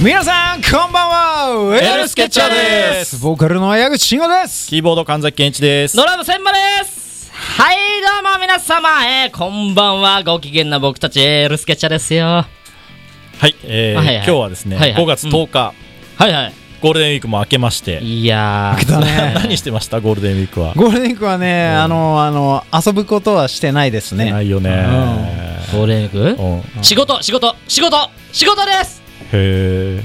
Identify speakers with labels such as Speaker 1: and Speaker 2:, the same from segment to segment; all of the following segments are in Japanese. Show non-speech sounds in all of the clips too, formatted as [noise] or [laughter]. Speaker 1: 皆さんこんばんは
Speaker 2: エルスケッチャーです
Speaker 1: ボーカルの矢口慎吾です
Speaker 2: キーボード神崎健一です。
Speaker 3: ドラム千馬ですはいどうも皆様、えー、こんばんはご機嫌な僕たちエールスケッチャーですよは
Speaker 2: はい、えー
Speaker 3: はいはい
Speaker 2: 今日はですね、
Speaker 3: はいはい
Speaker 2: 5月10日、
Speaker 3: いは
Speaker 2: ゴールデンウィークも明けまして、
Speaker 3: いいやー
Speaker 1: だね
Speaker 2: 何してましたゴールデンウィークは。
Speaker 1: [laughs] ゴールデンウィークはね、
Speaker 2: うん
Speaker 1: あのあの遊ぶことはしてないです
Speaker 2: な
Speaker 1: ね
Speaker 2: いよね。
Speaker 3: ゴールデンウィー
Speaker 2: うんへ
Speaker 3: ク仕事仕事仕事仕事です
Speaker 2: え。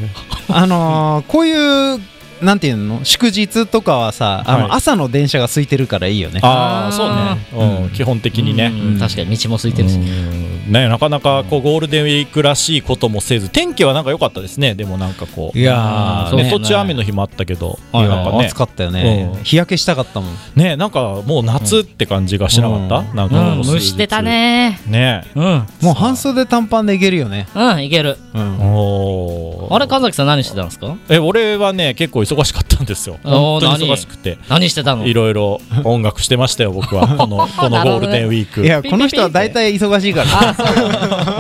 Speaker 1: あのこういうなんていうの祝日とかはさあの、
Speaker 2: はい
Speaker 1: 朝の電車が空いてるからいいよね
Speaker 2: ああ、
Speaker 3: あ
Speaker 2: そうね。うん、基本的にね。
Speaker 3: うん確かに道も空いてるし、
Speaker 2: うんね、なかなかこうゴールデンウィークらしいこともせず天気はなんか良かったですねでもなんかこう
Speaker 1: いやー
Speaker 2: ね
Speaker 1: そう
Speaker 2: 途中雨の日もあったけど、
Speaker 1: いや
Speaker 2: なんかね
Speaker 1: 暑かったよね、
Speaker 2: うん
Speaker 1: 日焼けしたかったもん
Speaker 2: ねなんかもう夏って感じがしなかった、
Speaker 1: うん
Speaker 2: なんかこの
Speaker 3: うん
Speaker 2: 数日
Speaker 3: 蒸してたね
Speaker 2: ね
Speaker 3: うん
Speaker 1: もう半袖短パンでいけるよね、
Speaker 3: うんいける
Speaker 1: うん
Speaker 2: おー
Speaker 3: あれ神崎さん何してたんですか
Speaker 2: え俺はね結構忙しかったんですよ
Speaker 3: お
Speaker 2: 本当
Speaker 3: ー
Speaker 2: に忙しくて
Speaker 3: 何してたの
Speaker 2: いろいろ音楽してましたよ僕
Speaker 3: [laughs]
Speaker 2: はこのこのゴールデンウィーク、
Speaker 1: いやこの人は大体忙しいから
Speaker 3: あそう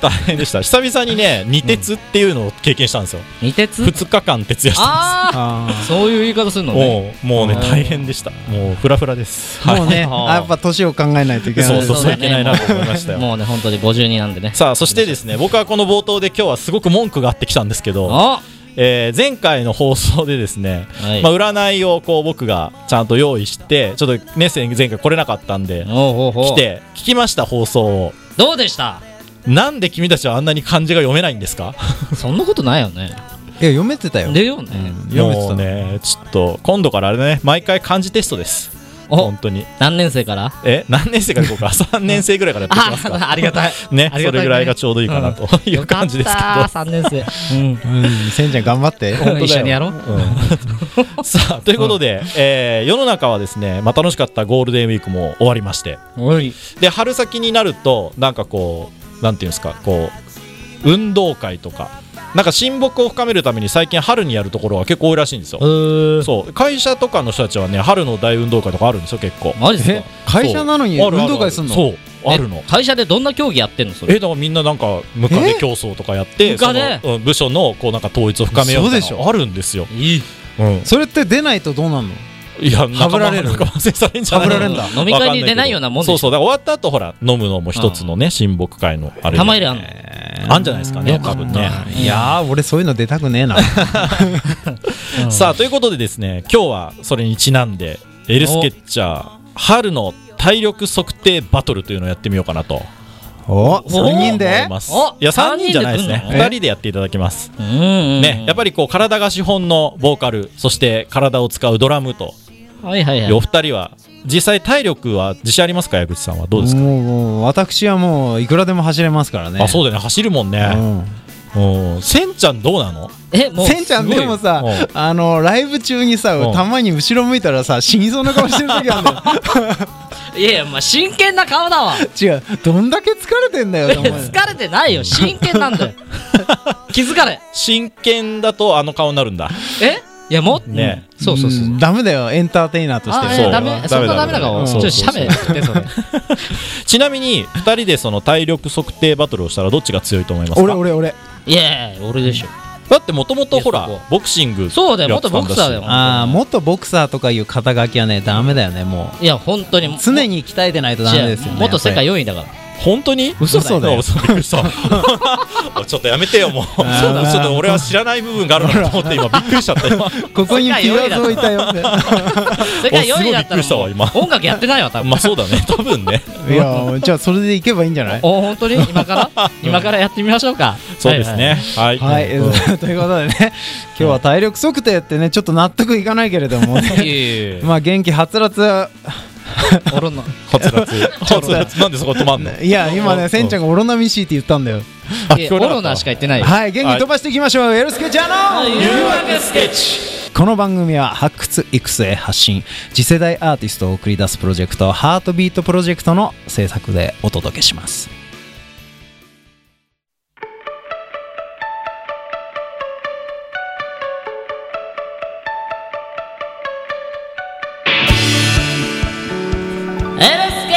Speaker 2: 大変でした久々にね二鉄っていうのを経験したんですよ、
Speaker 3: 二鉄
Speaker 2: 二日間徹夜したんです
Speaker 3: ああ
Speaker 1: あ
Speaker 3: そういう言い方するのね
Speaker 2: もうもうね
Speaker 3: あー
Speaker 2: 大変でしたもうフラフラです
Speaker 1: ーもうね、
Speaker 3: は
Speaker 1: あ
Speaker 3: い
Speaker 1: やっぱ年を考えないといけない
Speaker 2: そう
Speaker 1: です
Speaker 2: そ
Speaker 1: ね
Speaker 2: うそういけないなと思いましたよ
Speaker 3: もうね本当に52なんでね
Speaker 2: さあそしてですね僕はこの冒頭で今日はすごく文句があってきたんですけど、
Speaker 3: あ
Speaker 2: えー前回の放送でですね、
Speaker 3: はい
Speaker 2: まあ、占いをこう僕がちゃんと用意してちょっとね前回来れなかったんで
Speaker 3: おうおうおう
Speaker 2: 来て聞きました放送を
Speaker 3: どうでした
Speaker 2: なんで君たちはあんなに漢字が読めないんですか
Speaker 3: そんなことないよね。
Speaker 1: いや読めてたよ、
Speaker 3: でよ
Speaker 1: うん
Speaker 3: ね。
Speaker 1: 読めて
Speaker 2: も
Speaker 1: た
Speaker 2: うねちょっと今度からあれだね毎回漢字テストです
Speaker 3: お
Speaker 2: 本当に
Speaker 3: 何年生から
Speaker 2: え何年生から行こ [laughs] うか3年生ぐらいからやっていきますか
Speaker 3: あ、ありがたい。
Speaker 2: ね
Speaker 3: あり
Speaker 2: そ
Speaker 3: がた
Speaker 2: れぐらいがちょうどいいかなと [laughs] いう感じですけど
Speaker 3: 3年生。うん。
Speaker 1: うん、せんちゃん頑張って。
Speaker 2: [laughs] 本当だよ
Speaker 3: 一緒にやろう。
Speaker 2: うんさあということで、えー世の中はですね、まあ、楽しかったゴールデンウィークも終わりまして
Speaker 3: おい。
Speaker 2: で春先になるとなんかこうなんていうんですかこう運動会とかなんか親睦を深めるために最近春にやるところは結構多いらしいんですよ、[laughs]
Speaker 3: う
Speaker 2: そう会社とかの人たちはね春の大運動会とかあるんですよ結構
Speaker 3: マジです
Speaker 1: え
Speaker 3: か、
Speaker 1: 会社なのに
Speaker 2: そうあるある
Speaker 1: 運動会すんの
Speaker 2: そうある
Speaker 3: え
Speaker 2: の
Speaker 3: 会社でどんな競技やってんのそ
Speaker 2: え
Speaker 3: れ。
Speaker 2: だからみんななんかムカデ競争とかやって
Speaker 3: ムカデ
Speaker 2: そのうん部署のこうなんか統一を深めようみたいな
Speaker 1: 嘘でし
Speaker 2: のあるんですよ、
Speaker 3: いい。
Speaker 2: うん、
Speaker 1: それって出ないとどうなんの
Speaker 2: いや
Speaker 1: はぶられる
Speaker 2: 仲間は仲間忘れされんじゃない
Speaker 1: はぶられんだ
Speaker 3: 飲み会に出ないようなもんでしょ
Speaker 2: そうそうだから終わった後ほら飲むのも一つのね親睦会のあれで
Speaker 3: 玉入れあんの
Speaker 2: あんじゃないですかね多分ね
Speaker 1: いやー、俺そういうの出たくね
Speaker 2: [laughs]
Speaker 1: えな。
Speaker 3: うん
Speaker 2: さあということでですね今日はそれにちなんでエルスケッチャー春の体力測定バトルというのをやってみようかなと
Speaker 1: お、3人
Speaker 2: 思
Speaker 1: で
Speaker 2: います
Speaker 3: お
Speaker 2: いや3人じゃないですね
Speaker 3: 三人で来んの
Speaker 2: 2人でやっていただきます
Speaker 3: うんうんうん。
Speaker 2: ねやっぱりこう体が資本のボーカルそして体を使うドラムと
Speaker 3: はいはいはい
Speaker 2: お。二人は実際体力は自信ありますか矢口さんはどうですか
Speaker 1: もうもう、私はもう、いくらでも走れますからね。
Speaker 2: あそうだよね走るもんね、うん、せんちゃんどうなの
Speaker 3: え、
Speaker 1: う
Speaker 3: も
Speaker 1: ん。
Speaker 3: う。
Speaker 1: せんちゃん、
Speaker 2: すごい
Speaker 1: でもさ
Speaker 2: うん、
Speaker 1: あの、ライブ中に
Speaker 2: う
Speaker 1: さ
Speaker 2: ん、
Speaker 1: たまに後ろ向いたらさ、死にそうな顔してる時あるんだ
Speaker 3: いやいや、まあ真剣な顔だ
Speaker 2: [laughs]
Speaker 3: わ。
Speaker 1: よ。違う、どんだけ疲れてんだよ、
Speaker 3: え
Speaker 1: と思うよ
Speaker 3: 疲れてないよ。真剣なんだよ。気づかれ。
Speaker 2: 真剣だとあの顔になるんだ
Speaker 3: えいや、も
Speaker 2: ね
Speaker 3: うんそうそうそう
Speaker 1: う。んダメだよ、エンターテイナーとして
Speaker 3: あ
Speaker 1: ね。
Speaker 3: ー
Speaker 2: そう
Speaker 3: えダメ、そんなダメ
Speaker 2: ダメダメ
Speaker 3: な
Speaker 1: ダ
Speaker 3: 顔。
Speaker 1: メ
Speaker 3: ちょっとしゃべって、それ。
Speaker 2: ちなみに2人でその体力測定バトルをしたらどっちが強いと思いますか
Speaker 1: 俺、俺、俺。
Speaker 3: いやいや、俺でしょ。
Speaker 2: だってもともとほ
Speaker 3: い
Speaker 2: ら
Speaker 3: やそこ
Speaker 2: ボクシング
Speaker 3: そうだよ
Speaker 2: やってたん
Speaker 3: 元ボクサーだよ
Speaker 2: し
Speaker 1: ああ、元ボクサーとかいう肩書きはね、ダメだよね、もう。
Speaker 3: いや、本当に。
Speaker 1: 常に鍛えてないとダメですよね。
Speaker 3: 元世界
Speaker 1: やっ
Speaker 3: 4位だから。
Speaker 2: 本当に
Speaker 1: 嘘だよ
Speaker 2: 嘘だよ嘘 [laughs] ちょっとやめてよもうちょ
Speaker 1: あー
Speaker 2: っと俺は知らない部分があるなと思って今びっくりしちゃった今
Speaker 1: ぱりここにピアゾーいたよって。
Speaker 3: 世界4位
Speaker 2: おす
Speaker 3: だっ
Speaker 2: ごいびっ
Speaker 3: た
Speaker 2: くりしたわ
Speaker 3: ら
Speaker 2: 今
Speaker 3: もう音楽やってないわ、多分。
Speaker 2: まあそうだね多分ね
Speaker 1: [laughs] いや、じゃあそれでいけばいいんじゃない
Speaker 3: お、本当に今から今からやってみましょうか。
Speaker 2: そうですねはい
Speaker 1: はい、え
Speaker 2: うん
Speaker 1: ーということでね、今日は体力測定ってね、ちょっと納得いかないけれども
Speaker 3: はいはい。
Speaker 1: ね、
Speaker 3: いえいえい
Speaker 1: まあ元気はつらつ、
Speaker 3: え俺の。
Speaker 2: はつらつはつらつなんでそこ止まんの
Speaker 1: いや、今
Speaker 2: う
Speaker 1: ね、
Speaker 2: ん
Speaker 1: せんちゃんがオロナミシーって言ったんだよ。
Speaker 2: あ
Speaker 3: いえ
Speaker 2: 聞こえなか
Speaker 3: オ
Speaker 2: った
Speaker 3: ロナしか言ってないよ。
Speaker 1: はい、元気飛ばしていきましょう、エルスケちゃんの
Speaker 3: スケッチ
Speaker 1: この番組は発掘育成発信次世代アーティストを送り出すプロジェクトハートビートプロジェクトの制作でお届けします
Speaker 3: エルスケ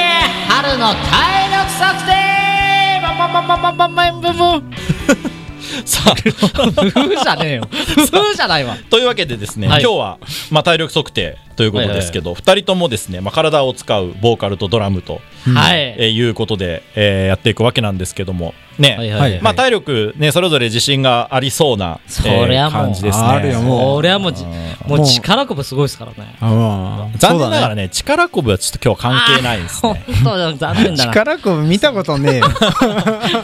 Speaker 3: 春の体力測定バンバンバンバンバンバンバンバンバン
Speaker 2: さあ [laughs]
Speaker 3: ふーじゃねえよ。ふーじゃないわ。
Speaker 2: というわけでですね、
Speaker 3: はい
Speaker 2: 今日は、まあ、体力測定ということですけど、二2人ともですね、まあ、体を使うボーカルとドラムと、
Speaker 3: は
Speaker 2: えー
Speaker 3: い。
Speaker 2: いうことで、えーやっていくわけなんですけどもね、
Speaker 3: はいはいはい
Speaker 2: まあ、体力、ね、それぞれ自信がありそうな、
Speaker 3: そ
Speaker 2: えー
Speaker 3: りゃもう
Speaker 2: 感じですね。
Speaker 1: あるよもう
Speaker 3: 俺はもうじ、も
Speaker 1: も
Speaker 3: う
Speaker 1: う
Speaker 3: 力こぶすごいですからね。
Speaker 1: ああ
Speaker 2: 残念なが
Speaker 1: ら
Speaker 2: らね力こぶはちょっと今日は関係ないですね。
Speaker 3: 本当残念だな。
Speaker 1: 力こぶ見たことねえよ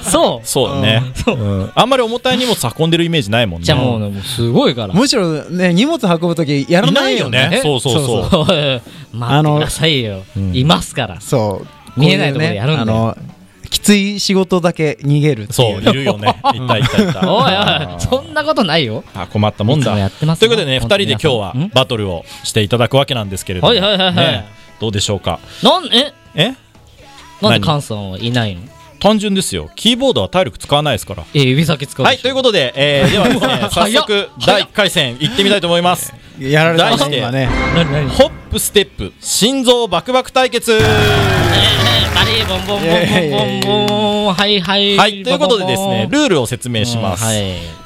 Speaker 3: そう。
Speaker 2: そうだね、うんあんまり重たい荷物運んでるイメージないもんね。
Speaker 3: じゃあもうね、もうすごいから。
Speaker 1: むしろね荷物運ぶ時やら
Speaker 2: い
Speaker 1: な
Speaker 2: ないい
Speaker 1: よ
Speaker 2: よ
Speaker 1: ね
Speaker 2: ね。そうそうそう。
Speaker 1: そう
Speaker 3: おい待ってくださいよ。
Speaker 2: ん
Speaker 3: いますから。
Speaker 1: そう
Speaker 3: 見えないところでやるんだよ
Speaker 1: こういうねあのきつい仕事だけ逃げるって
Speaker 2: そう
Speaker 1: い
Speaker 2: いうるよ
Speaker 3: [laughs]
Speaker 2: ね。いたいたいた。
Speaker 3: おいおい、そんなことないよ。
Speaker 2: あ困ったもん
Speaker 3: いつ
Speaker 2: だ
Speaker 3: もやってます
Speaker 2: とい
Speaker 3: ね
Speaker 2: うことでね2人
Speaker 3: 本当
Speaker 2: で
Speaker 3: に
Speaker 2: 今日は
Speaker 3: 皆さんん
Speaker 2: バトルをしていただくわけなんですけれども
Speaker 3: はいはいはいはい
Speaker 2: ねどうでしょうか
Speaker 3: なん、え
Speaker 2: え
Speaker 3: なん
Speaker 2: 何
Speaker 3: でカンさんはいないの
Speaker 2: 単純ですよキーボードは体力使わないですから
Speaker 3: え、指先使うで
Speaker 2: は
Speaker 3: しょ。
Speaker 2: いということで、
Speaker 3: [laughs]
Speaker 2: えーではですね早速第1回戦いってみたいと思います
Speaker 1: やられた
Speaker 2: 題し
Speaker 1: ね
Speaker 2: て
Speaker 1: 今ね
Speaker 3: 何何
Speaker 2: ホップステップ心臓バクバク対決
Speaker 3: バリーボンボンボンボンボンボンはいはい
Speaker 2: はいということでですねルールを説明します、
Speaker 3: はい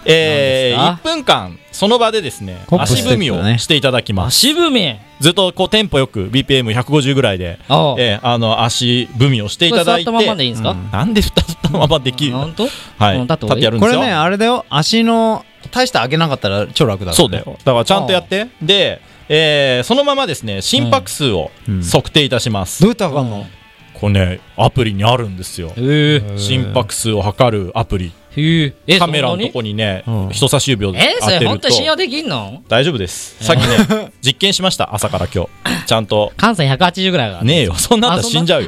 Speaker 2: えー、
Speaker 3: 何です
Speaker 2: 1分間その場でですね
Speaker 1: ホップステ
Speaker 2: 足
Speaker 1: ップね
Speaker 2: 踏みをしていただきます
Speaker 3: 足踏み
Speaker 2: ずっとこうテンポよく BPM150 ぐらいで
Speaker 3: ああ
Speaker 2: ええあの足踏みをしていただいて
Speaker 3: これ座ったままでいいんですか
Speaker 2: うんなんで座ったままできる
Speaker 3: 本当
Speaker 2: はい
Speaker 3: うんだって
Speaker 2: 立ってやるん
Speaker 1: こ
Speaker 2: です
Speaker 1: れ
Speaker 2: よ
Speaker 1: ねあれだよ足の大して上げなかったら超楽だから
Speaker 2: そうだよだからちゃんとやってで、えーそのままですね心拍数を
Speaker 1: うん
Speaker 2: 測定いたします、
Speaker 1: どうやって上がんの
Speaker 2: これねアプリにあるんですよ
Speaker 3: ええ
Speaker 2: 心拍数を測るアプリ
Speaker 3: へえ
Speaker 2: カメラのとこにね
Speaker 1: うん
Speaker 2: 人差し指を当
Speaker 3: えそ
Speaker 2: て
Speaker 3: れ
Speaker 2: る
Speaker 3: 本当
Speaker 2: と
Speaker 3: に信用できんの
Speaker 2: 大丈夫ですさっきね実験しました朝から今日ちゃんと
Speaker 3: 関西180ぐらいが
Speaker 2: ねえよ、そんなあったら
Speaker 3: あそんな
Speaker 2: 死んじゃうよ。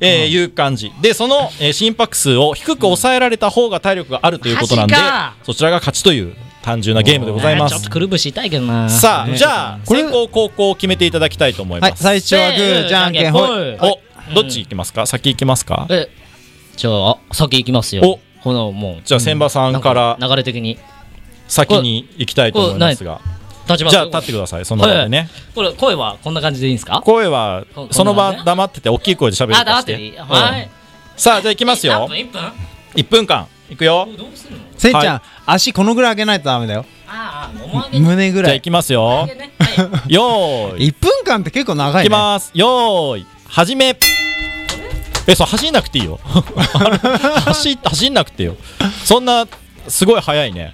Speaker 2: でえーいう感じ。で、その、えー心拍数を低く抑えられた方が体力があるということなんで
Speaker 3: マジか、
Speaker 2: そちらが勝ちという単純なゲームでございま
Speaker 3: あーちょっと
Speaker 2: す。
Speaker 3: くるぶし痛いけどな
Speaker 2: さあ、
Speaker 1: ね
Speaker 2: じゃあ、
Speaker 1: これ
Speaker 2: 先攻後攻を決めていただきたいと思
Speaker 1: は
Speaker 2: いま
Speaker 1: い
Speaker 2: す。
Speaker 1: 最初はグーじゃんけんほい
Speaker 3: い
Speaker 2: お、どっち行きますか先行きますか
Speaker 3: えじゃああ先行きますよ
Speaker 2: お
Speaker 3: このもう
Speaker 2: じゃあ、千葉さんから
Speaker 3: 流れ的に
Speaker 2: 先に行きたいと思いますが。
Speaker 3: 立場
Speaker 2: じゃあ、立ってください、その場でね。
Speaker 3: これ声はこんな感じでいいんですか
Speaker 2: 声は
Speaker 3: こ、
Speaker 2: その
Speaker 3: こんな
Speaker 2: 場
Speaker 3: ね
Speaker 2: 黙ってて、大きい声で喋る
Speaker 3: あ
Speaker 2: か
Speaker 3: 黙っ
Speaker 2: してて
Speaker 3: ていい。はい
Speaker 2: うん
Speaker 3: い
Speaker 2: さあ、じゃあ行きますよ。
Speaker 3: 1分
Speaker 2: 1分間。行くよ。
Speaker 3: どうするの
Speaker 1: せいちゃん、足このぐらい上げないとダメだよ
Speaker 3: ああもも上げ
Speaker 1: 胸ぐ
Speaker 2: じゃ
Speaker 1: ら
Speaker 2: あ
Speaker 1: い
Speaker 2: 行きますよ。
Speaker 3: ねは
Speaker 2: よーい
Speaker 1: 1分間って結構長
Speaker 2: い
Speaker 1: い
Speaker 2: き
Speaker 1: ね
Speaker 2: ますよーい始めえそう走んなくていいよ [laughs] あれ走走んなくてよそんなすごい速いね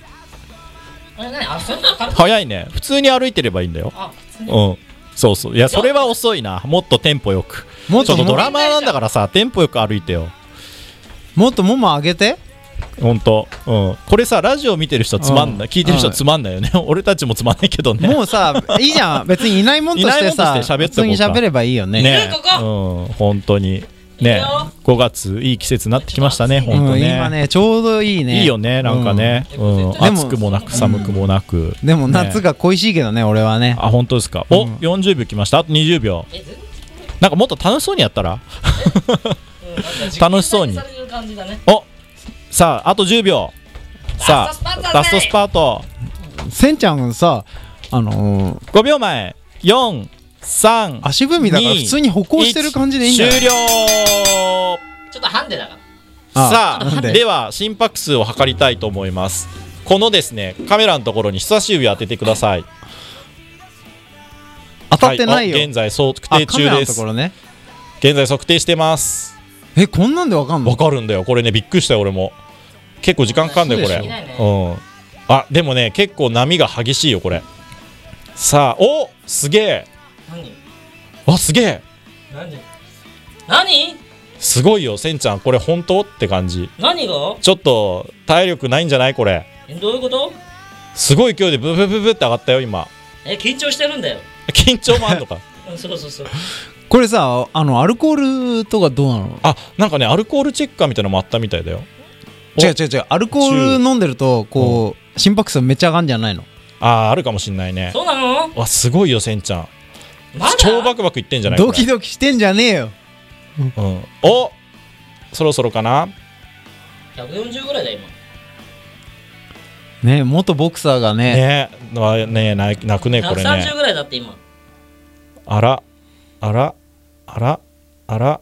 Speaker 3: いえ何あそれ軽く
Speaker 2: 速いね普通に歩いてればいいんだよ
Speaker 3: あ
Speaker 2: うんそうそういやそれは遅いなもっとテンポよく
Speaker 1: もっ
Speaker 2: ちょ
Speaker 1: と
Speaker 2: っと
Speaker 1: も
Speaker 2: ドラマーなんだからさテンポよく歩いてよ
Speaker 1: もっともも上げて
Speaker 2: ほんと、うん、これさラジオ見てる人はつまんない、
Speaker 1: うん
Speaker 2: 聞いてる人はつまんないよね [laughs] 俺たちもつまんないけどね
Speaker 1: もうさいいじ
Speaker 2: [laughs]
Speaker 1: ゃん別にいないもんとしてさ
Speaker 2: いないもんとして喋っ
Speaker 1: 普
Speaker 2: てこう
Speaker 1: 通
Speaker 2: か
Speaker 1: に喋ればいいよね
Speaker 2: ね
Speaker 3: ここ
Speaker 2: うん本当にね5月いい季節になってきましたね
Speaker 1: うん
Speaker 2: 本当ね
Speaker 1: 今ねちょうどいいね
Speaker 2: いいよねなんかね、
Speaker 3: う
Speaker 2: うんん
Speaker 1: でも
Speaker 2: 暑くもなく寒くもなく、
Speaker 1: うんでも夏
Speaker 2: ね
Speaker 1: が恋しいけどね俺はね
Speaker 2: あ本当ですかお、
Speaker 1: うん
Speaker 2: 40秒きましたあと20秒
Speaker 3: え全
Speaker 2: なんかもっと楽しそうにやったら [laughs]
Speaker 3: 然
Speaker 2: 楽しそうに
Speaker 3: されてる感じだね
Speaker 2: おさああと10秒さあラ
Speaker 3: ラ
Speaker 2: ス
Speaker 3: ス
Speaker 2: ト
Speaker 3: ト
Speaker 2: ス
Speaker 3: ス
Speaker 2: パート
Speaker 1: せんちゃんさあのー
Speaker 2: 5秒前432
Speaker 1: 足踏みだから普通に歩行してる感じでいいんじゃない
Speaker 2: 終了
Speaker 3: ちょっとハンデだから
Speaker 2: さ
Speaker 1: な
Speaker 2: あ
Speaker 1: んで
Speaker 2: では心拍数を測りたいと思いますこのですねカメラのところに人差し指を当ててください
Speaker 1: 当たってないよ
Speaker 2: はお現在測
Speaker 1: あ
Speaker 2: 定
Speaker 1: カメラ
Speaker 2: 中
Speaker 1: の
Speaker 2: で
Speaker 1: と
Speaker 2: す
Speaker 1: ころね
Speaker 2: 現在測定してます
Speaker 1: えこんなんでわかんの
Speaker 2: わかるんだよこれねびっくりしたよ俺も結構時間かかんだよこれ
Speaker 1: そうでし
Speaker 2: うんあでもね結構波が激しいよこれさあおすげえ
Speaker 3: 何
Speaker 2: あすげえ
Speaker 3: 何何
Speaker 2: すごいよせんちゃんこれ本当って感じ
Speaker 3: 何が
Speaker 2: ちょっと体力ないんじゃないこれ
Speaker 3: えどういうこと
Speaker 2: すごい勢いでブブブブって上がったよ今
Speaker 3: え緊張してるんだよ
Speaker 2: 緊張もあ
Speaker 1: [laughs]
Speaker 2: んのか
Speaker 3: うんそうそうそう
Speaker 1: これさあのアルコールとかどうなの
Speaker 2: あなんかねアルコールチェッカーみたいなのもあったみたいだよお
Speaker 1: 違う違う違うアルコール飲んでるとこう心拍数めっちゃ上がんじゃないの
Speaker 2: あーあるかもしんないね
Speaker 3: そうなの
Speaker 2: わすごいよせんちゃん
Speaker 3: まだ
Speaker 2: 超バクバクいってんじゃない
Speaker 1: ド
Speaker 2: これ
Speaker 1: キドキしてんじゃねえよ
Speaker 2: うん、おそろそろかな
Speaker 3: 140ぐらいだよ今
Speaker 1: ね元ボクサーがね
Speaker 2: ねえわねえ泣泣くねこれ
Speaker 3: 130
Speaker 2: ね
Speaker 3: ぐらいだって今
Speaker 2: あらあらあらあらあら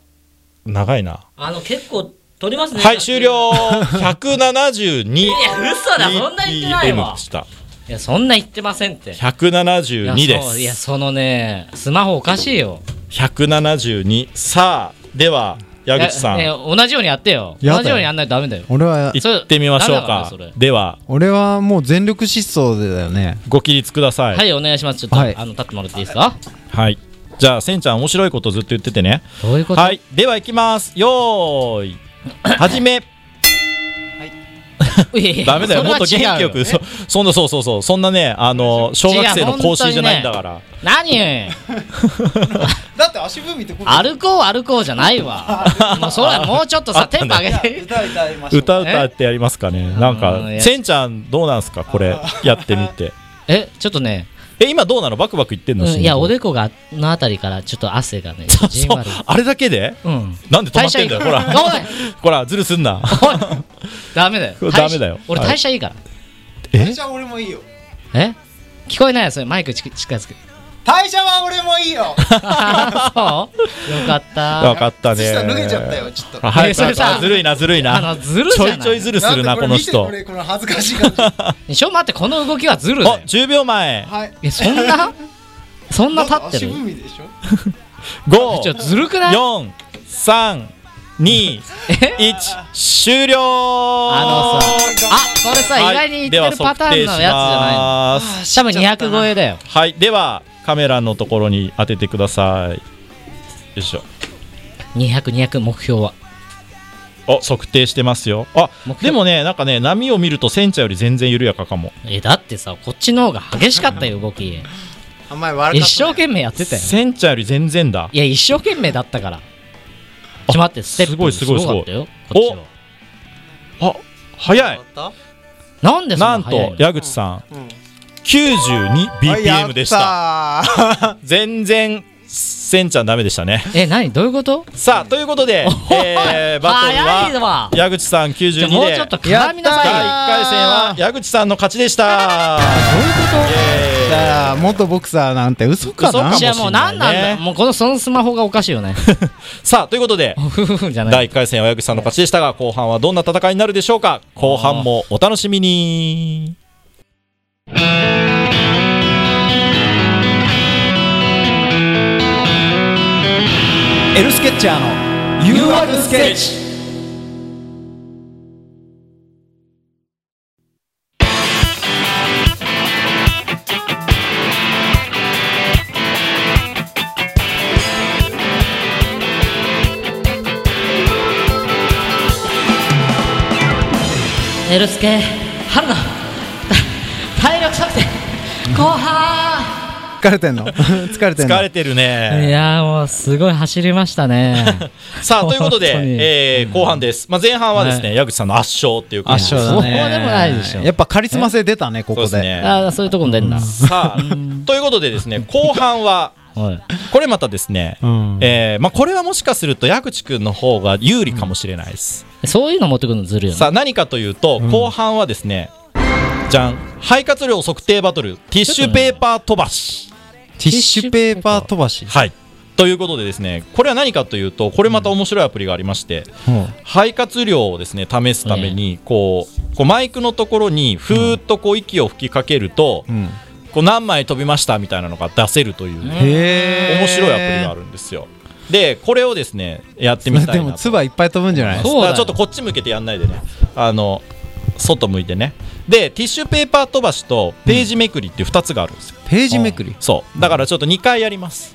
Speaker 2: 長いな
Speaker 3: あの結構撮りますね。
Speaker 2: はい、終了
Speaker 3: [laughs]
Speaker 2: 172い
Speaker 3: いや、嘘だ、そんな言ってないわ
Speaker 2: で。した
Speaker 3: いや、そんな言ってませんって。
Speaker 2: 172で
Speaker 3: いやそういや、
Speaker 2: す
Speaker 3: そのね、スマホおかしいよ。
Speaker 2: 172さあでは矢口さん
Speaker 3: ええ
Speaker 2: 行
Speaker 3: 同じようにやってよ。
Speaker 1: やだよ
Speaker 3: 同じようにやんないとダメだよ。
Speaker 1: 俺は
Speaker 3: それ
Speaker 2: ってみましょう
Speaker 3: ダメだから
Speaker 2: か
Speaker 3: それ
Speaker 2: では
Speaker 1: 俺はもう全力疾走でだよね
Speaker 2: ご起立ください
Speaker 3: はい、お願いします。ちょっと、
Speaker 1: はい
Speaker 3: あの、立ってもらっていいですか
Speaker 2: はいじゃあせんちゃん面白いことずっと言っててね
Speaker 3: どういうこと、
Speaker 2: はいでは行きますよー
Speaker 3: [coughs]
Speaker 2: いはじめ
Speaker 3: いやいや
Speaker 2: ダメだよ
Speaker 3: それ
Speaker 2: も
Speaker 3: は
Speaker 2: っと元気よ
Speaker 3: 違う
Speaker 2: くそ [laughs] そんなそうそうそうそんなねあの小学生の講師じゃないんだから
Speaker 3: 何
Speaker 1: だって足踏みってこ
Speaker 3: 歩こう歩こうじゃな
Speaker 2: [laughs]
Speaker 3: いわもうそれもうちょっとさテンポ上げて
Speaker 1: 歌歌いま
Speaker 2: 歌歌ってやりますかねなん
Speaker 3: う
Speaker 2: か
Speaker 3: んいや
Speaker 2: せんちゃんどうなんすかこれやってみて
Speaker 3: えちょっとね、
Speaker 2: え今どうなのバクバクいってんの
Speaker 3: うん
Speaker 2: 進行
Speaker 3: いやおでこがのあたりからちょっと汗がねじ
Speaker 2: [laughs]
Speaker 3: ん
Speaker 2: そう
Speaker 3: わり
Speaker 2: あれだけで
Speaker 3: うん
Speaker 2: なんで止まってんだよほ
Speaker 3: [laughs]
Speaker 2: ら
Speaker 3: 代謝いい
Speaker 2: [laughs] ほらずるすんな
Speaker 3: おいダメだよ
Speaker 2: これダメだよ
Speaker 3: 代謝俺
Speaker 2: はい
Speaker 3: 代謝いいから、
Speaker 2: え
Speaker 1: 謝俺もいいよ
Speaker 3: え聞こえないよそれマイク近近づく [laughs]
Speaker 1: 退社は俺もいいよ
Speaker 3: あそうよかった
Speaker 2: 分かったね
Speaker 4: 靴下脱げちゃったよちょっと
Speaker 2: あはい
Speaker 3: えそれさ
Speaker 2: ずるいなずるい
Speaker 3: あ
Speaker 2: な
Speaker 3: のずる
Speaker 2: ち
Speaker 3: じゃ
Speaker 2: ょ
Speaker 3: ない
Speaker 2: いちょいずる [laughs] する
Speaker 4: だって
Speaker 2: なこ
Speaker 4: れ
Speaker 2: の
Speaker 4: 見て
Speaker 2: 人
Speaker 4: これこの恥ずかしい感じ
Speaker 2: [laughs]
Speaker 3: ちょ待ってこの動きはずるだ
Speaker 2: あ
Speaker 3: よ
Speaker 2: 10秒前
Speaker 4: はい
Speaker 3: えそんなそんな立って
Speaker 4: 足
Speaker 3: る
Speaker 4: 踏みでしょ
Speaker 3: ちょ
Speaker 2: 5
Speaker 3: ずるくない
Speaker 2: 4 3 2 1終了
Speaker 3: あのさあこれさ、
Speaker 2: はい
Speaker 3: 意外に言ってるパターンのやつじゃな
Speaker 2: では測定します
Speaker 3: いの多分200超えだよ
Speaker 2: はいではカメラのところに当ててくださいよいしょ
Speaker 3: 200200目標は
Speaker 2: お測定してますよあ
Speaker 3: 目標
Speaker 2: でもねなんかね波を見るとセンチャより全然緩やかかも
Speaker 3: えだってさこっちの方が激しかったよ動き
Speaker 4: あんまり悪
Speaker 3: 一
Speaker 4: かったね
Speaker 3: 生懸命やってたよ
Speaker 2: センチャより全然だ
Speaker 3: いや一生懸命だったからちょ待ってステップ
Speaker 2: すごいすごいすごい
Speaker 3: かったよこっちは
Speaker 2: あ早い
Speaker 4: やっ
Speaker 3: なんでそ
Speaker 2: な
Speaker 3: んなん早い
Speaker 2: と
Speaker 3: の
Speaker 2: 矢口さん
Speaker 4: たうん
Speaker 2: 92bpm でした
Speaker 4: た
Speaker 2: 全然センちゃんダメでしたね
Speaker 3: え何どういうこと
Speaker 2: さあということ
Speaker 3: [laughs]
Speaker 2: で、えーバトル
Speaker 3: 早い
Speaker 2: は
Speaker 3: わ
Speaker 2: 矢口さん92
Speaker 3: じ
Speaker 2: で
Speaker 3: ゃあもうちょっと
Speaker 2: [laughs]
Speaker 3: 絡みな
Speaker 2: 第1
Speaker 3: さ
Speaker 2: 回戦は矢口さんの勝ちで
Speaker 3: [laughs]
Speaker 2: した
Speaker 3: いよどういうこ
Speaker 2: イエーイ
Speaker 1: だから元ボクサーなんて嘘か
Speaker 2: 嘘か
Speaker 1: な
Speaker 2: も
Speaker 3: と
Speaker 2: し
Speaker 3: じ
Speaker 2: れ
Speaker 3: ゃ
Speaker 2: ない
Speaker 3: あ
Speaker 2: ね
Speaker 3: もう何なんだもうこのそのスマホがおかしいよね
Speaker 2: さあということで
Speaker 3: ふふふじゃない
Speaker 2: 第1回戦は矢口さんの勝ちでしたが後半はどんな戦いになるでしょうか後半もお楽しみに
Speaker 1: エルスケッチャーの UR スケッチ
Speaker 3: エルスケ春の体力測定後半
Speaker 1: 疲れてんの [laughs] 疲れてんの
Speaker 2: 疲れてる
Speaker 3: い
Speaker 2: ね
Speaker 3: やーもうすごい走りましたね。
Speaker 2: さあということ
Speaker 3: 本当に
Speaker 2: で、えー後半です、まあ、前半はですね、矢口さんの圧勝っていうことで
Speaker 1: 圧勝だね
Speaker 3: そうでもないでしょ
Speaker 1: やっぱカリスマ性出たねこ
Speaker 2: そう
Speaker 1: こ
Speaker 2: です
Speaker 1: で
Speaker 2: ね
Speaker 3: あーそういうとこも出んな。
Speaker 2: さあということでですね後半は
Speaker 3: おい
Speaker 2: これまたですね、
Speaker 1: うん
Speaker 2: えーまあ、これはもしかすると矢口くんの方が有利かもしれないです、
Speaker 3: そういうの持ってくるのずるいよね
Speaker 2: さ。あ何かというと、後半はですねじゃん肺活量測定バトルティッシュペーパー飛ばし、
Speaker 1: ティッシュペーパー飛ばし
Speaker 2: はいということでですねこれは何かというとこれまた面白いアプリがありまして、肺活量をですね試すためにこうこうマイクのところにふーっとこう息を吹きかけると、
Speaker 1: うん
Speaker 2: こう何枚飛びましたみたいなのが出せるという、ね
Speaker 1: へえ
Speaker 2: 面白いアプリがあ
Speaker 1: る
Speaker 2: るんですよでこれをですねやってみたいな
Speaker 1: で
Speaker 2: と
Speaker 1: も唾いっぱい飛ぶんじゃない
Speaker 3: そう
Speaker 2: だからちょっとこっち向けてやんないでねあの外向いてねでティッシュペーパー飛ばしとページめくりっていう2つがあるんですよ、
Speaker 1: ページめくり
Speaker 2: そうだからちょっと2回やります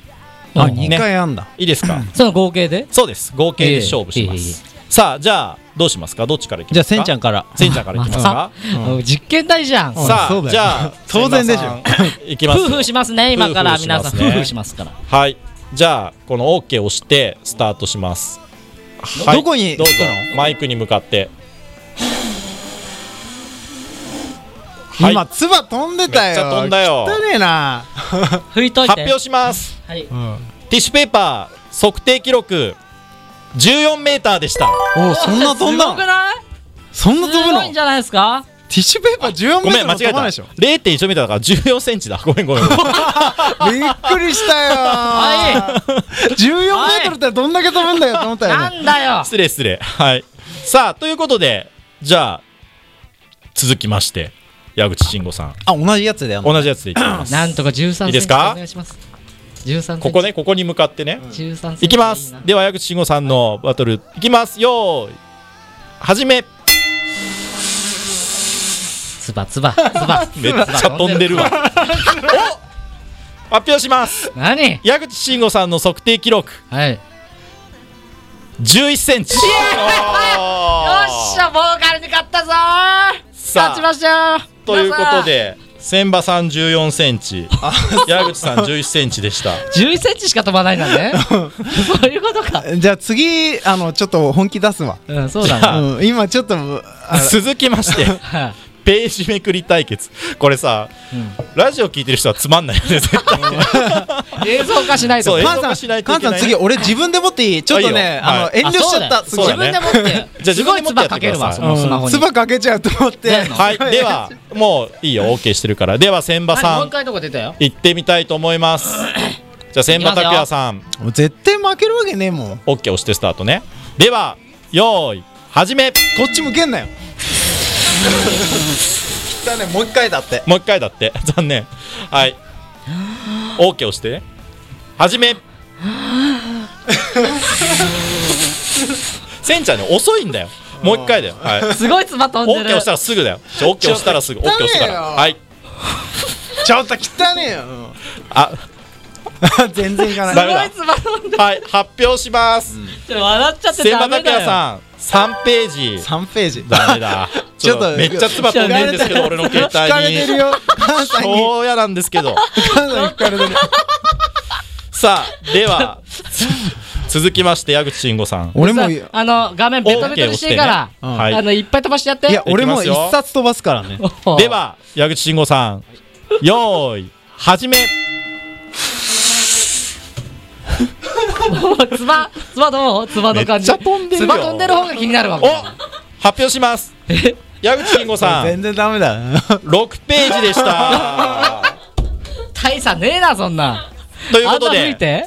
Speaker 1: あ
Speaker 3: うん
Speaker 1: 2回あんだ
Speaker 2: いいですか
Speaker 3: その合計で
Speaker 2: そうです合計で勝負しま
Speaker 3: いえいえい
Speaker 2: す、さあじゃあどうしますかどっちからいきますか
Speaker 1: じゃあせんちゃん
Speaker 2: か
Speaker 1: から
Speaker 2: せんちゃんからいきま
Speaker 1: [laughs]
Speaker 2: すか、
Speaker 3: うん実験台じゃ
Speaker 1: う
Speaker 3: ん。
Speaker 1: ん
Speaker 2: さ
Speaker 1: そ
Speaker 2: あ
Speaker 1: うだよ
Speaker 2: じゃあ
Speaker 1: [laughs] 当然でしょ
Speaker 2: 千葉さんいきます
Speaker 3: 夫
Speaker 1: [laughs]
Speaker 3: 婦しますね今から
Speaker 2: 夫婦しま
Speaker 3: 皆
Speaker 2: す
Speaker 3: さん
Speaker 2: ね
Speaker 3: 夫婦しますから。
Speaker 2: はいじゃあこの OK を押してスタートしますはい
Speaker 1: どこに
Speaker 2: どうぞ
Speaker 1: 行く
Speaker 2: マイクに向かってはい
Speaker 1: 今唾飛んでたよ
Speaker 2: めっちゃ飛んだよ
Speaker 1: 汚ねえな
Speaker 3: 拭いといて。
Speaker 2: 発表します
Speaker 3: はい。
Speaker 2: ティッシュペーパー測定記録14メーターでした
Speaker 1: おうそんな飛ん
Speaker 3: すご
Speaker 1: だ
Speaker 3: く
Speaker 1: の
Speaker 3: ない？
Speaker 1: そんな飛ぶ
Speaker 3: す
Speaker 1: の
Speaker 3: ごいんじ
Speaker 1: ティ
Speaker 3: ゃないですか？
Speaker 1: ッシュペーパー14
Speaker 2: ご
Speaker 1: メ
Speaker 2: め
Speaker 1: ー
Speaker 2: ん
Speaker 1: トル
Speaker 2: 間
Speaker 1: 飛
Speaker 2: 違えた
Speaker 1: ばないでしょ
Speaker 2: 0.1メーターだから14センチだごめんごめんごめん
Speaker 1: びっくりしたよ
Speaker 3: は
Speaker 1: 14メートルってどんだけ飛ぶんだよと思ったよ
Speaker 3: な
Speaker 1: ね
Speaker 3: んだよ。
Speaker 2: 失礼失礼はいさあということでじゃあ続きまして矢口慎吾さん
Speaker 1: あ同じやつだよ
Speaker 2: 同じやつでいきます
Speaker 3: なんとか13センチ
Speaker 2: いいですか
Speaker 3: お願いします13センチ
Speaker 2: ここねここに向かってね、
Speaker 3: 13センチ
Speaker 2: いきますでは矢口慎吾さんのバトルいきますよーいはじめ
Speaker 3: つばつばつば
Speaker 2: めっちゃ飛んでるわお発表します
Speaker 3: 何
Speaker 2: 矢口慎吾さんの測定記録
Speaker 3: はいよっ
Speaker 2: 11センチよ
Speaker 3: しゃボーカルに勝ったぞー
Speaker 2: さ
Speaker 3: 勝ち
Speaker 2: あ
Speaker 3: ましたよ
Speaker 2: ということ
Speaker 3: 皆
Speaker 2: で千葉さん14センチ矢口さん11センチでした
Speaker 3: さん11センチしか飛ばないんだ
Speaker 2: [laughs]
Speaker 3: ねそういうことか
Speaker 1: じゃあ次あのちょっと本気出すわ、
Speaker 3: うんそ
Speaker 2: [laughs]
Speaker 3: うだ
Speaker 2: じゃあ
Speaker 3: ね
Speaker 1: うん、今ちょっと
Speaker 2: [laughs]
Speaker 1: あ
Speaker 2: 続きま [laughs] して
Speaker 3: はい
Speaker 2: ページめくり対決これさ、ラジオ聞いてる人はつまんないよね絶対
Speaker 3: 映像化しないと
Speaker 2: そう映像
Speaker 1: 母
Speaker 2: 化
Speaker 1: さ
Speaker 2: し
Speaker 1: ん
Speaker 2: ないとい
Speaker 1: 母
Speaker 2: けな
Speaker 1: さ
Speaker 2: い
Speaker 1: ん
Speaker 2: ね
Speaker 1: 次俺自分で持っていいちょっと
Speaker 2: あいい
Speaker 1: ね
Speaker 2: よ
Speaker 1: あ
Speaker 2: は
Speaker 1: の遠慮しちゃった
Speaker 3: あ
Speaker 1: す
Speaker 3: そう
Speaker 1: ごい
Speaker 3: だ
Speaker 2: そ
Speaker 3: よ
Speaker 2: うだねじゃ
Speaker 3: 自分で持って
Speaker 2: あ
Speaker 3: す
Speaker 2: 自
Speaker 3: ご
Speaker 2: 分
Speaker 3: い
Speaker 2: で持ってやっ
Speaker 3: 唾
Speaker 2: て
Speaker 3: かけるわ
Speaker 2: ください
Speaker 3: そのスマホに
Speaker 1: つばかけちゃうと思って
Speaker 3: 出んの
Speaker 2: はいではもういいよ OK してるからでは千葉
Speaker 3: 何も
Speaker 2: さ
Speaker 3: うん一回のとこ出たよ
Speaker 2: 行ってみたいと思いますじゃあ千葉拓也さん
Speaker 1: もう絶対負けるわけねえもん
Speaker 2: OK 押してスタートねではよーい始め
Speaker 1: こっち向けんなよ
Speaker 4: だねもう一回だって
Speaker 2: もう一回だって [laughs] 残念はい OK 押して始め [laughs] せんちゃんね遅いんだよもう一回だよはい
Speaker 3: すごいつば飛
Speaker 2: OK
Speaker 3: んでる
Speaker 2: 押したらすぐだよ OK 押したらすぐ OK
Speaker 4: ちょっと
Speaker 2: 押した
Speaker 4: 汚ねえ
Speaker 2: ら
Speaker 4: よ
Speaker 2: はい
Speaker 1: ちょっと汚ねえようん
Speaker 2: あ
Speaker 1: あ全然いか
Speaker 2: ダ
Speaker 1: ない
Speaker 2: メだ
Speaker 3: すごいつば飛んでる
Speaker 2: はい発表します
Speaker 3: ちょっと笑っちゃって
Speaker 2: 千
Speaker 3: ダ
Speaker 2: 葉
Speaker 3: メ
Speaker 2: 拓
Speaker 3: だよ
Speaker 2: 也さん3ページ
Speaker 1: 3ページ
Speaker 2: ダメだ
Speaker 1: ち
Speaker 2: ち
Speaker 1: ょ
Speaker 2: ょ
Speaker 1: っ
Speaker 2: っ
Speaker 1: と
Speaker 2: とめっちゃ唾飛んでるんですけど俺の携
Speaker 1: 引かれ
Speaker 2: 帯
Speaker 1: てる
Speaker 2: に
Speaker 1: よ母さんに
Speaker 2: そうやなんですけど
Speaker 1: 母さんに引かれてる
Speaker 2: さあでは続きまして矢口慎吾さん
Speaker 1: 俺もい
Speaker 3: さあの画面ベトベトにしていいか
Speaker 2: OK 押
Speaker 3: ら、
Speaker 2: してねはい
Speaker 3: あのいっぱい飛ばしてやって
Speaker 1: や俺も
Speaker 2: いきます
Speaker 1: 一
Speaker 2: よ
Speaker 1: 冊飛ばすからね
Speaker 2: [laughs]
Speaker 3: お
Speaker 2: では矢口慎吾さんよーい始め
Speaker 3: つばつばどうつばの感じ
Speaker 2: めっちゃ飛んでる
Speaker 3: つ
Speaker 2: よ
Speaker 3: ば飛んでる方が気になるわ
Speaker 2: お発表します矢口慎吾さん
Speaker 1: 全然ダメだ
Speaker 2: 6ページでした
Speaker 3: 大差ねえなそんな
Speaker 2: という
Speaker 3: あ
Speaker 2: こ
Speaker 3: んな
Speaker 2: と
Speaker 3: 吹い
Speaker 2: で
Speaker 3: て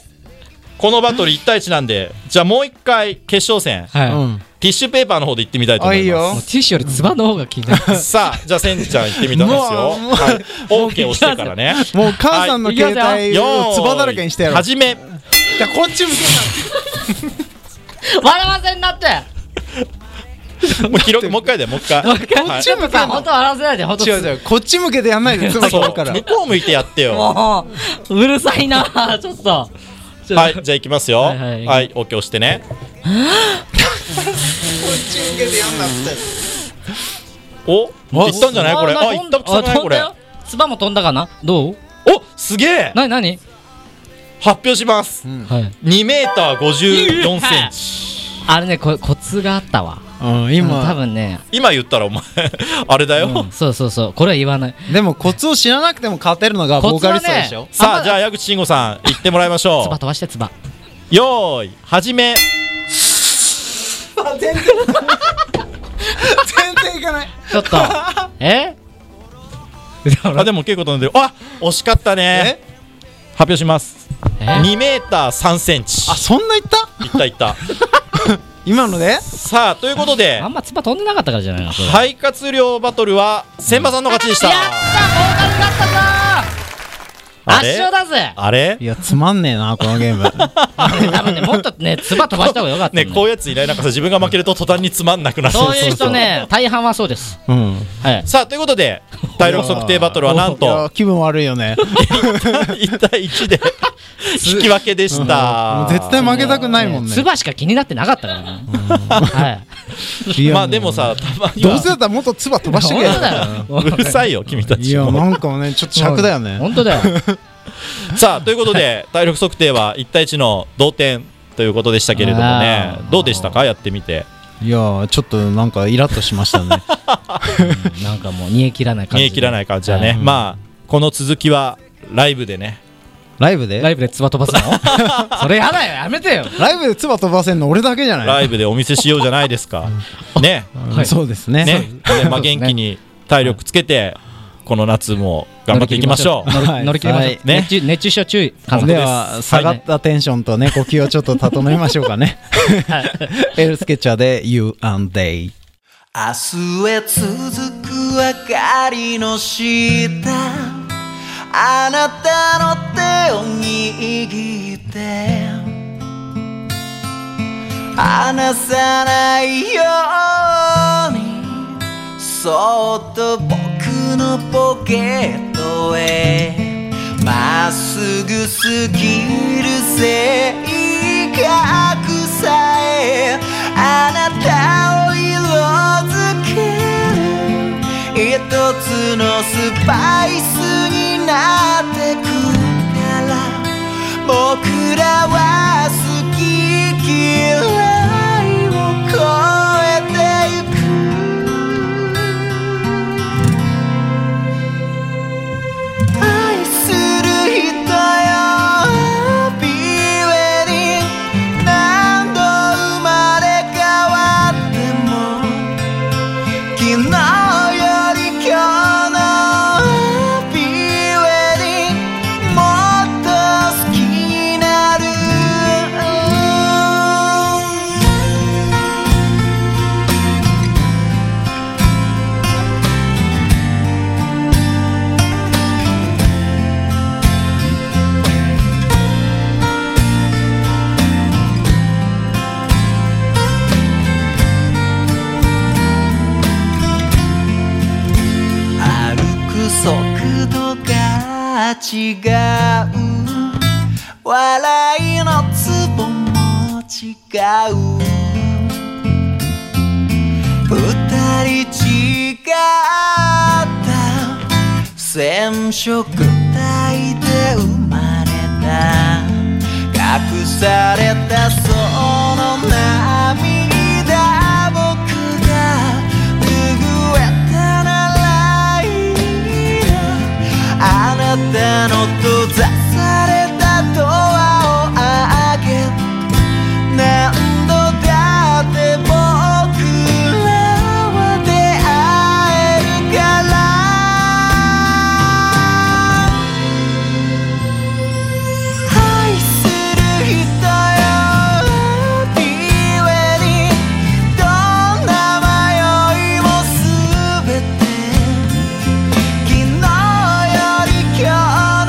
Speaker 2: このバトル1対1なんでじゃあもう一回決勝戦
Speaker 3: はい、
Speaker 1: う
Speaker 3: もうん
Speaker 2: ティッシュペーパーの方で行ってみたいと思
Speaker 1: あいい
Speaker 2: います
Speaker 1: よ
Speaker 3: ティッシュよりつばの方が気
Speaker 2: [laughs]
Speaker 3: になる
Speaker 2: さあじゃあせんちゃん行ってみたんですよ
Speaker 1: もうもう
Speaker 2: はい OK 押してからね
Speaker 1: もう母さんの携帯をつばだらけにしてやろう
Speaker 2: はじめ
Speaker 1: いやこっち向けん
Speaker 3: 笑わせになって
Speaker 2: もう記録もう一回だよもう一回
Speaker 3: もう一回
Speaker 2: は
Speaker 1: こっ
Speaker 2: い
Speaker 1: ち向け
Speaker 3: さ
Speaker 1: ん
Speaker 3: あ本
Speaker 1: の
Speaker 3: 当笑わせないで本当
Speaker 1: 違う違うこっち向けてやんないでつば
Speaker 2: そ
Speaker 1: だ
Speaker 2: う
Speaker 1: から
Speaker 2: 向こう向いてやってよ
Speaker 3: もううるさいな [laughs] ちょっとちょっと
Speaker 2: はいじゃあ行きますよ
Speaker 3: は
Speaker 2: はい
Speaker 3: はい
Speaker 2: い OK 押してね
Speaker 4: こっち向けてやんなって
Speaker 2: お行ったんじゃないこれ
Speaker 3: あ
Speaker 2: あ
Speaker 3: 飛
Speaker 2: 行
Speaker 3: ん
Speaker 2: った
Speaker 3: だ
Speaker 2: くじゃない
Speaker 3: 飛
Speaker 2: こ
Speaker 3: んだ
Speaker 2: れ
Speaker 3: よつばも飛んだかなどう
Speaker 2: おすげえ
Speaker 3: なになに
Speaker 2: 発表します
Speaker 3: はい
Speaker 2: 2メーター5 4センチ
Speaker 3: あれねこコツがあったわ
Speaker 1: うん
Speaker 3: うん多
Speaker 1: 今
Speaker 3: 分ね
Speaker 2: 今言ったらお前あれだよ
Speaker 3: そうそうそうこれは言わない
Speaker 1: でもコツを知らなくても勝てるのがボーカリストでしょ
Speaker 3: コツはね
Speaker 2: さあじゃあ矢口慎吾さん行ってもらいまし
Speaker 3: つば
Speaker 2: ょ
Speaker 3: 飛ばしてつば
Speaker 2: うよーいはじめ
Speaker 4: 全然いかない
Speaker 3: ち
Speaker 2: [laughs]
Speaker 3: ょっとえ
Speaker 2: あでも結構飛んでるあ惜しかったね発表します
Speaker 3: え
Speaker 2: 2メーター3センチ
Speaker 1: あそんな言った
Speaker 2: いったいった
Speaker 1: 今ので
Speaker 2: さあということで
Speaker 3: あんまつば飛んでなかったからじゃないのこれ
Speaker 2: 肺活量バトルは千葉さんの勝ちでした
Speaker 3: やったボーカ
Speaker 2: あ
Speaker 3: ル
Speaker 2: れ
Speaker 3: だったぞー圧勝だぜ
Speaker 2: あれ
Speaker 1: いやつまんねえなこのゲー [laughs] ム
Speaker 3: 多分ねもっとねつば飛ばした方がよかったんだ
Speaker 2: ね
Speaker 3: よ
Speaker 2: こういうやついないなんかさ自分が負けると途端につまんなくなる
Speaker 3: そういう人ね大半はそうです
Speaker 1: うん
Speaker 3: はい
Speaker 2: さあということで体力測定バトルはなん
Speaker 1: いや
Speaker 2: と
Speaker 1: 気分悪いよね
Speaker 2: 1対1で
Speaker 3: [laughs]
Speaker 2: 引き分けでした
Speaker 1: もう絶対負けたくないもんね
Speaker 3: つばしか気になってなかったからねはい
Speaker 1: いや
Speaker 2: まあでもさたまに
Speaker 1: どう
Speaker 2: は
Speaker 1: せだったらもっとつば飛ばして
Speaker 3: 本
Speaker 1: け
Speaker 3: 当
Speaker 1: よ [laughs]
Speaker 3: だよ
Speaker 2: うるさいよ君た
Speaker 1: い
Speaker 2: ち
Speaker 1: やなんかねちょっと尺だよね
Speaker 3: 本当だよ
Speaker 2: さあということで体力測定は1対1の同点ということでしたけれどもね
Speaker 3: あー
Speaker 2: どうでしたかやってみて
Speaker 1: いやちょっとなんかイラッとしました [laughs] ね
Speaker 3: なんかもう煮え切らない感
Speaker 2: 見
Speaker 3: じ
Speaker 2: え切らない感じだ
Speaker 3: は
Speaker 2: ね
Speaker 3: い
Speaker 2: まあこの続きはライブでね
Speaker 1: ライブで
Speaker 3: ライブでつば飛ばす
Speaker 2: [laughs]
Speaker 3: のそれやだよやめてよ
Speaker 1: ライブでつば飛ばせんの俺だけじゃない
Speaker 2: ライブでお見せしようじゃないですかね
Speaker 1: うんそうですね
Speaker 2: ね、ねまあ、元気に体力つけて、ここの夏も頑張っていきましょう。
Speaker 1: 乗
Speaker 3: 乗り切りましょう、
Speaker 2: ね
Speaker 3: 熱中熱中症注意
Speaker 1: は
Speaker 3: 監
Speaker 1: い
Speaker 3: 督
Speaker 1: で
Speaker 3: です
Speaker 1: は下がっ
Speaker 3: は
Speaker 1: たテンションとね呼吸をちょっと整えましょうかね
Speaker 3: いねはい
Speaker 1: [laughs] エルスケッチャーで You and They
Speaker 5: 明日へ続く明かりの下あなたの手を握って離さないようにそっと僕のポケットへまっすぐすぎる性格さえあなたを色づける一つのスパイスになってくから僕らは好き嫌いを超えてゆく愛する人よ Happy Wedding 何度生まれ変わっても昨日より今日のハッピーウェディングもっと好きになる歩く速度が違う笑いのツボも違う二人違った染色体で生まれた隠されたその涙僕が拭えたならいいなあなたの閉ざされたドアを開け何度だって僕らは出会えるから愛する人よ Happy Wedding どんな迷いも全て昨日より今日の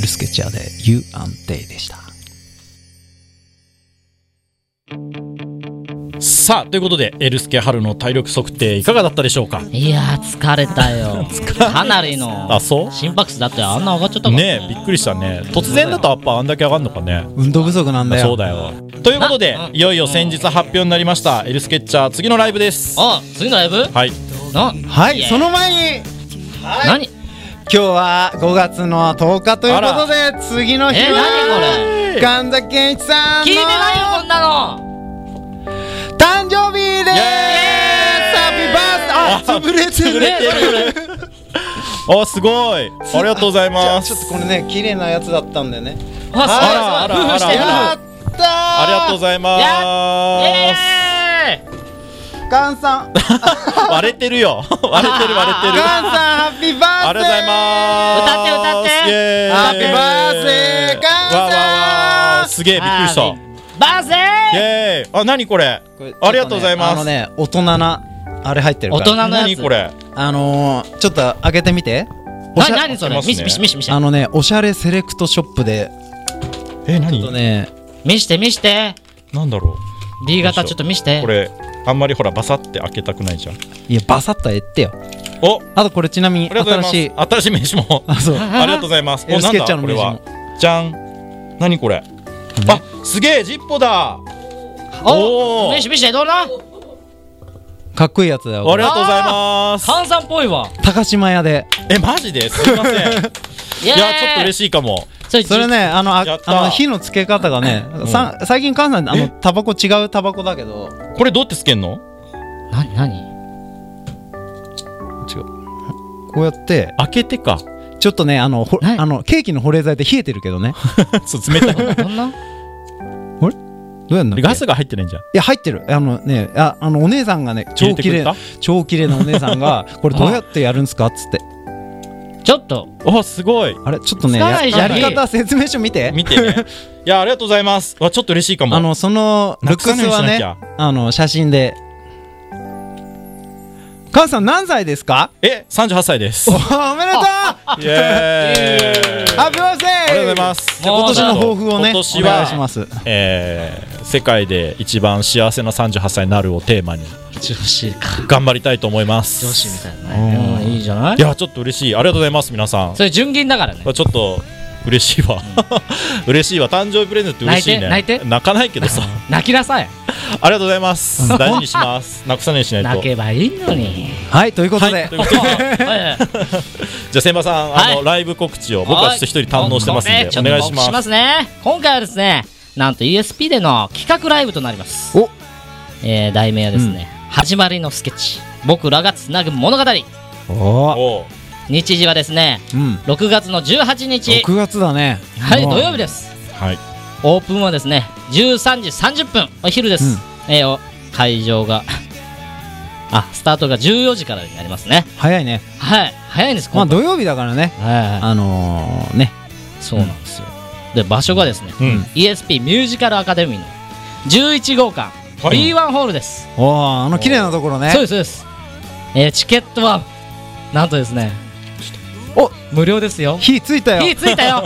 Speaker 1: ルスケッチャーで「You 安定」でした
Speaker 2: さあということでエルスケ春の体力測定いかがだったでしょうか
Speaker 3: いやー疲れたよかなりの
Speaker 2: あそ
Speaker 3: 心拍数だってあんな上がっちゃった
Speaker 2: う
Speaker 3: から
Speaker 2: ねえびっくりしたね突然だとやっぱあんだけ上がるのかね
Speaker 1: 運動不足なんだよ
Speaker 2: そうだよということでいよいよ先日発表になりましたエルスケッチャー次のライブですは
Speaker 3: あ次のライブ
Speaker 2: い
Speaker 3: な
Speaker 1: はい
Speaker 3: え
Speaker 1: その前に
Speaker 3: 何
Speaker 1: 今日は5月の10日ということで次の日
Speaker 3: え
Speaker 1: は
Speaker 3: 何これ
Speaker 1: 神崎健一さん
Speaker 3: 聞いてないよ
Speaker 1: の
Speaker 3: こんなの
Speaker 1: 誕生日で
Speaker 2: イ
Speaker 1: す
Speaker 2: エーイ
Speaker 1: ハッピーバースデーあ潰れてる
Speaker 2: 潰れてるあすごいありがとうござい
Speaker 1: じゃあ
Speaker 2: ま
Speaker 1: ち
Speaker 2: す
Speaker 1: ょっとこれね綺麗なやつだったんでね
Speaker 3: あすごい
Speaker 2: あら
Speaker 3: すごい夫婦してる
Speaker 2: あら
Speaker 1: や
Speaker 2: あ
Speaker 1: ったー
Speaker 2: ありがとうございます
Speaker 3: イエーイ
Speaker 1: ガンさんガン
Speaker 2: 割れてるよ [laughs] 割れてる割れてる
Speaker 1: さんハッピーバースデー
Speaker 2: ありがとうございます
Speaker 3: 歌って歌って
Speaker 2: イエーイ
Speaker 1: ハッピーバースデーガンさん
Speaker 2: わわわわすげえびっくりした
Speaker 3: バースデ
Speaker 2: イ
Speaker 3: ー
Speaker 2: エーイあ何これ
Speaker 1: これちょっね
Speaker 2: ありがとうございます
Speaker 1: あのね大人なあれ入ってるから
Speaker 3: 大人なや
Speaker 2: 何
Speaker 3: つ
Speaker 2: これ
Speaker 1: あのー、ちょっと開けてみておし
Speaker 3: 何
Speaker 1: ゃ
Speaker 3: 何それ
Speaker 2: 開
Speaker 3: 見
Speaker 2: けますね
Speaker 3: して見して見して見して
Speaker 1: あのねおしゃれセレクトショップで
Speaker 2: え
Speaker 1: ちょっと
Speaker 2: 何
Speaker 1: ね
Speaker 3: 見して見して
Speaker 2: なんだろ
Speaker 3: D 型ちょっと見し
Speaker 2: う
Speaker 3: て
Speaker 2: これあんまりほらバサって開けたくないじゃん
Speaker 1: いやバサッと言ってよ
Speaker 2: お
Speaker 1: あとこれちなみに
Speaker 2: ありがとうござい
Speaker 1: 新
Speaker 2: ます
Speaker 1: しい
Speaker 2: 新しい名刺も
Speaker 1: [laughs] あそう
Speaker 2: ありがとうございます
Speaker 1: エルスケッチャー
Speaker 2: お
Speaker 1: の
Speaker 2: なん
Speaker 1: 名刺も
Speaker 2: だこれはじゃん何これあすげえジッポだ
Speaker 3: お
Speaker 2: おー
Speaker 3: 見して見してどうな
Speaker 1: かっこいいやつだよ
Speaker 2: あ
Speaker 1: こ
Speaker 2: り
Speaker 1: れ
Speaker 2: がとうございます
Speaker 3: 炭酸っぽいわ
Speaker 1: 高島屋で
Speaker 2: えマジですいませ [laughs] んいやちょっ
Speaker 3: いや
Speaker 2: と嬉しいかも
Speaker 3: し
Speaker 1: それねあのあ
Speaker 2: やった
Speaker 1: あの火のつけ方がね、さ最近菅さんあのタバコ違うタバコだけど
Speaker 2: これどうやってつけんの
Speaker 3: な何
Speaker 1: こうやって
Speaker 2: 開けてか
Speaker 1: ちょっとねあのほ
Speaker 3: はい
Speaker 1: あのケーキの保冷剤で冷えてるけどね
Speaker 2: そう冷たい
Speaker 3: どんな
Speaker 1: どうやんの
Speaker 2: ガスが入ってないんじゃん
Speaker 1: いや入ってるあのねああのお姉さんがね超綺
Speaker 2: 入れてくれ
Speaker 1: 麗
Speaker 2: た
Speaker 1: 超綺麗なお姉さん
Speaker 2: [laughs]
Speaker 1: がこれどうやってやるんですかっつって
Speaker 3: ちょっと
Speaker 2: あすごい
Speaker 1: あれちょっとね
Speaker 3: つか
Speaker 1: や
Speaker 3: ないじ
Speaker 1: や
Speaker 3: ゃん
Speaker 1: り方説明書見て
Speaker 2: 見てね [laughs] いやありがとうございますわちょっと嬉しいかも
Speaker 1: あのそのルックスは
Speaker 2: なくさないようにしな
Speaker 1: ね
Speaker 2: きゃ
Speaker 1: あの写真で母さん何歳ですか
Speaker 2: え38歳です
Speaker 1: おめでとう
Speaker 2: イエーイ
Speaker 1: ハッピーバースデー
Speaker 2: ありがとうございます
Speaker 1: じゃあ今年の抱負をね
Speaker 2: 今年
Speaker 1: お願いしま
Speaker 2: は
Speaker 1: す
Speaker 2: えー世界で一番幸せな38歳になるをテーマに
Speaker 3: 女子か
Speaker 2: 頑張りたいと思います
Speaker 3: 女子みたいなねうんいいじゃない
Speaker 2: いやちょっと嬉しいありがとうございます皆さん
Speaker 3: それ純銀だからね
Speaker 2: まあちょっと嬉しいわ嬉しいわ誕生日プレゼントって嬉しいね
Speaker 3: 泣いて泣いて
Speaker 2: 泣かないけどさ
Speaker 3: 泣きなさい
Speaker 2: ありがとうございます大事にしますなくさないようにしない
Speaker 3: 泣
Speaker 2: と
Speaker 3: けばいいのに
Speaker 1: はいということ
Speaker 2: はい
Speaker 1: で
Speaker 2: ということで
Speaker 3: 僕
Speaker 2: じゃあ千葉さんあ
Speaker 3: はい
Speaker 2: のライブ告知 [laughs] を僕はちょっと一人堪能してますんでお願いします
Speaker 3: すね今回はですねなんと USP での企画ライブとなります
Speaker 1: お
Speaker 3: えー題名はですね始まりのスケッチ僕らがつなぐ物語
Speaker 1: おー
Speaker 2: おう
Speaker 3: 日時はですね
Speaker 1: うん
Speaker 3: 6月の18日
Speaker 1: 6月だね
Speaker 3: はい
Speaker 1: もう
Speaker 3: 土曜日です
Speaker 2: はい
Speaker 3: オープンはですね13時30分お昼です、えーお会場が [laughs] あスタートが14時からになりますね
Speaker 1: 早いね
Speaker 3: はい早いんです
Speaker 1: まあ
Speaker 3: 今度、
Speaker 1: 土曜日だからね
Speaker 3: はいはい
Speaker 1: あのーね
Speaker 3: そうなんですよで場所がですね、
Speaker 2: うん
Speaker 3: ESP ミュージカルアカデミーの11号館、
Speaker 2: はい
Speaker 3: B1 ホールです、
Speaker 1: おーあの綺麗なところね
Speaker 3: そうですそうです、えーチケットはなんとですね
Speaker 1: お
Speaker 3: 無料ですよ
Speaker 1: 火ついた
Speaker 3: 火
Speaker 1: よ
Speaker 3: ついたよ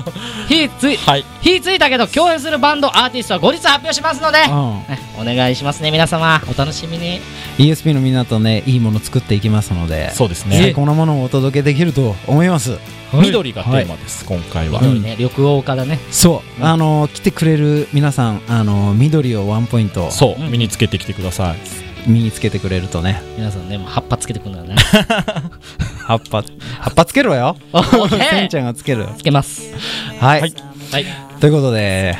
Speaker 3: 火つい
Speaker 2: はい
Speaker 3: 火ついたけど共演するバンドアーティストは後日発表しますので、
Speaker 1: うん
Speaker 3: ねお願いしますね皆様お楽しみに
Speaker 1: ESP のみんなとねいいもの作っていきますので
Speaker 2: そうです
Speaker 1: 最
Speaker 2: ね
Speaker 1: 高なものをお届けできると思います
Speaker 2: 緑がテーマです今回は
Speaker 3: 緑ね緑黄かだね
Speaker 1: そうあのー来てくれる皆さんあのー緑をワンポイント
Speaker 2: そう
Speaker 3: うん
Speaker 2: 身につけてきてください
Speaker 1: 身につけてくれるとね
Speaker 3: 皆さんねもう葉っぱつけてくるんだよね
Speaker 1: 葉っぱ葉っぱつけろよ
Speaker 3: オッケー
Speaker 1: せんちゃんがつける
Speaker 3: つけます
Speaker 1: はい、
Speaker 2: はい
Speaker 3: はい
Speaker 1: ということで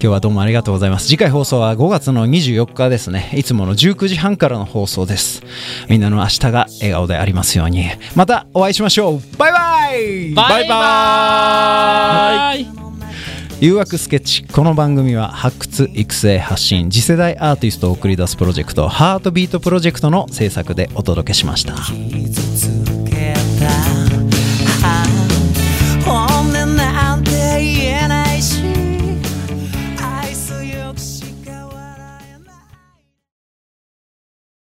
Speaker 1: 今日はどうもありがとうございます次回放送は5月の24日ですねいつもの19時半からの放送ですみんなの明日が笑顔でありますようにまたお会いしましょうバイバイ
Speaker 2: バイバ
Speaker 3: ーイ
Speaker 1: 誘惑スケッチこの番組は発掘育成発信次世代アーティストを送り出すプロジェクトハートビートプロジェクトの制作でお届けしました
Speaker 5: 傷つけた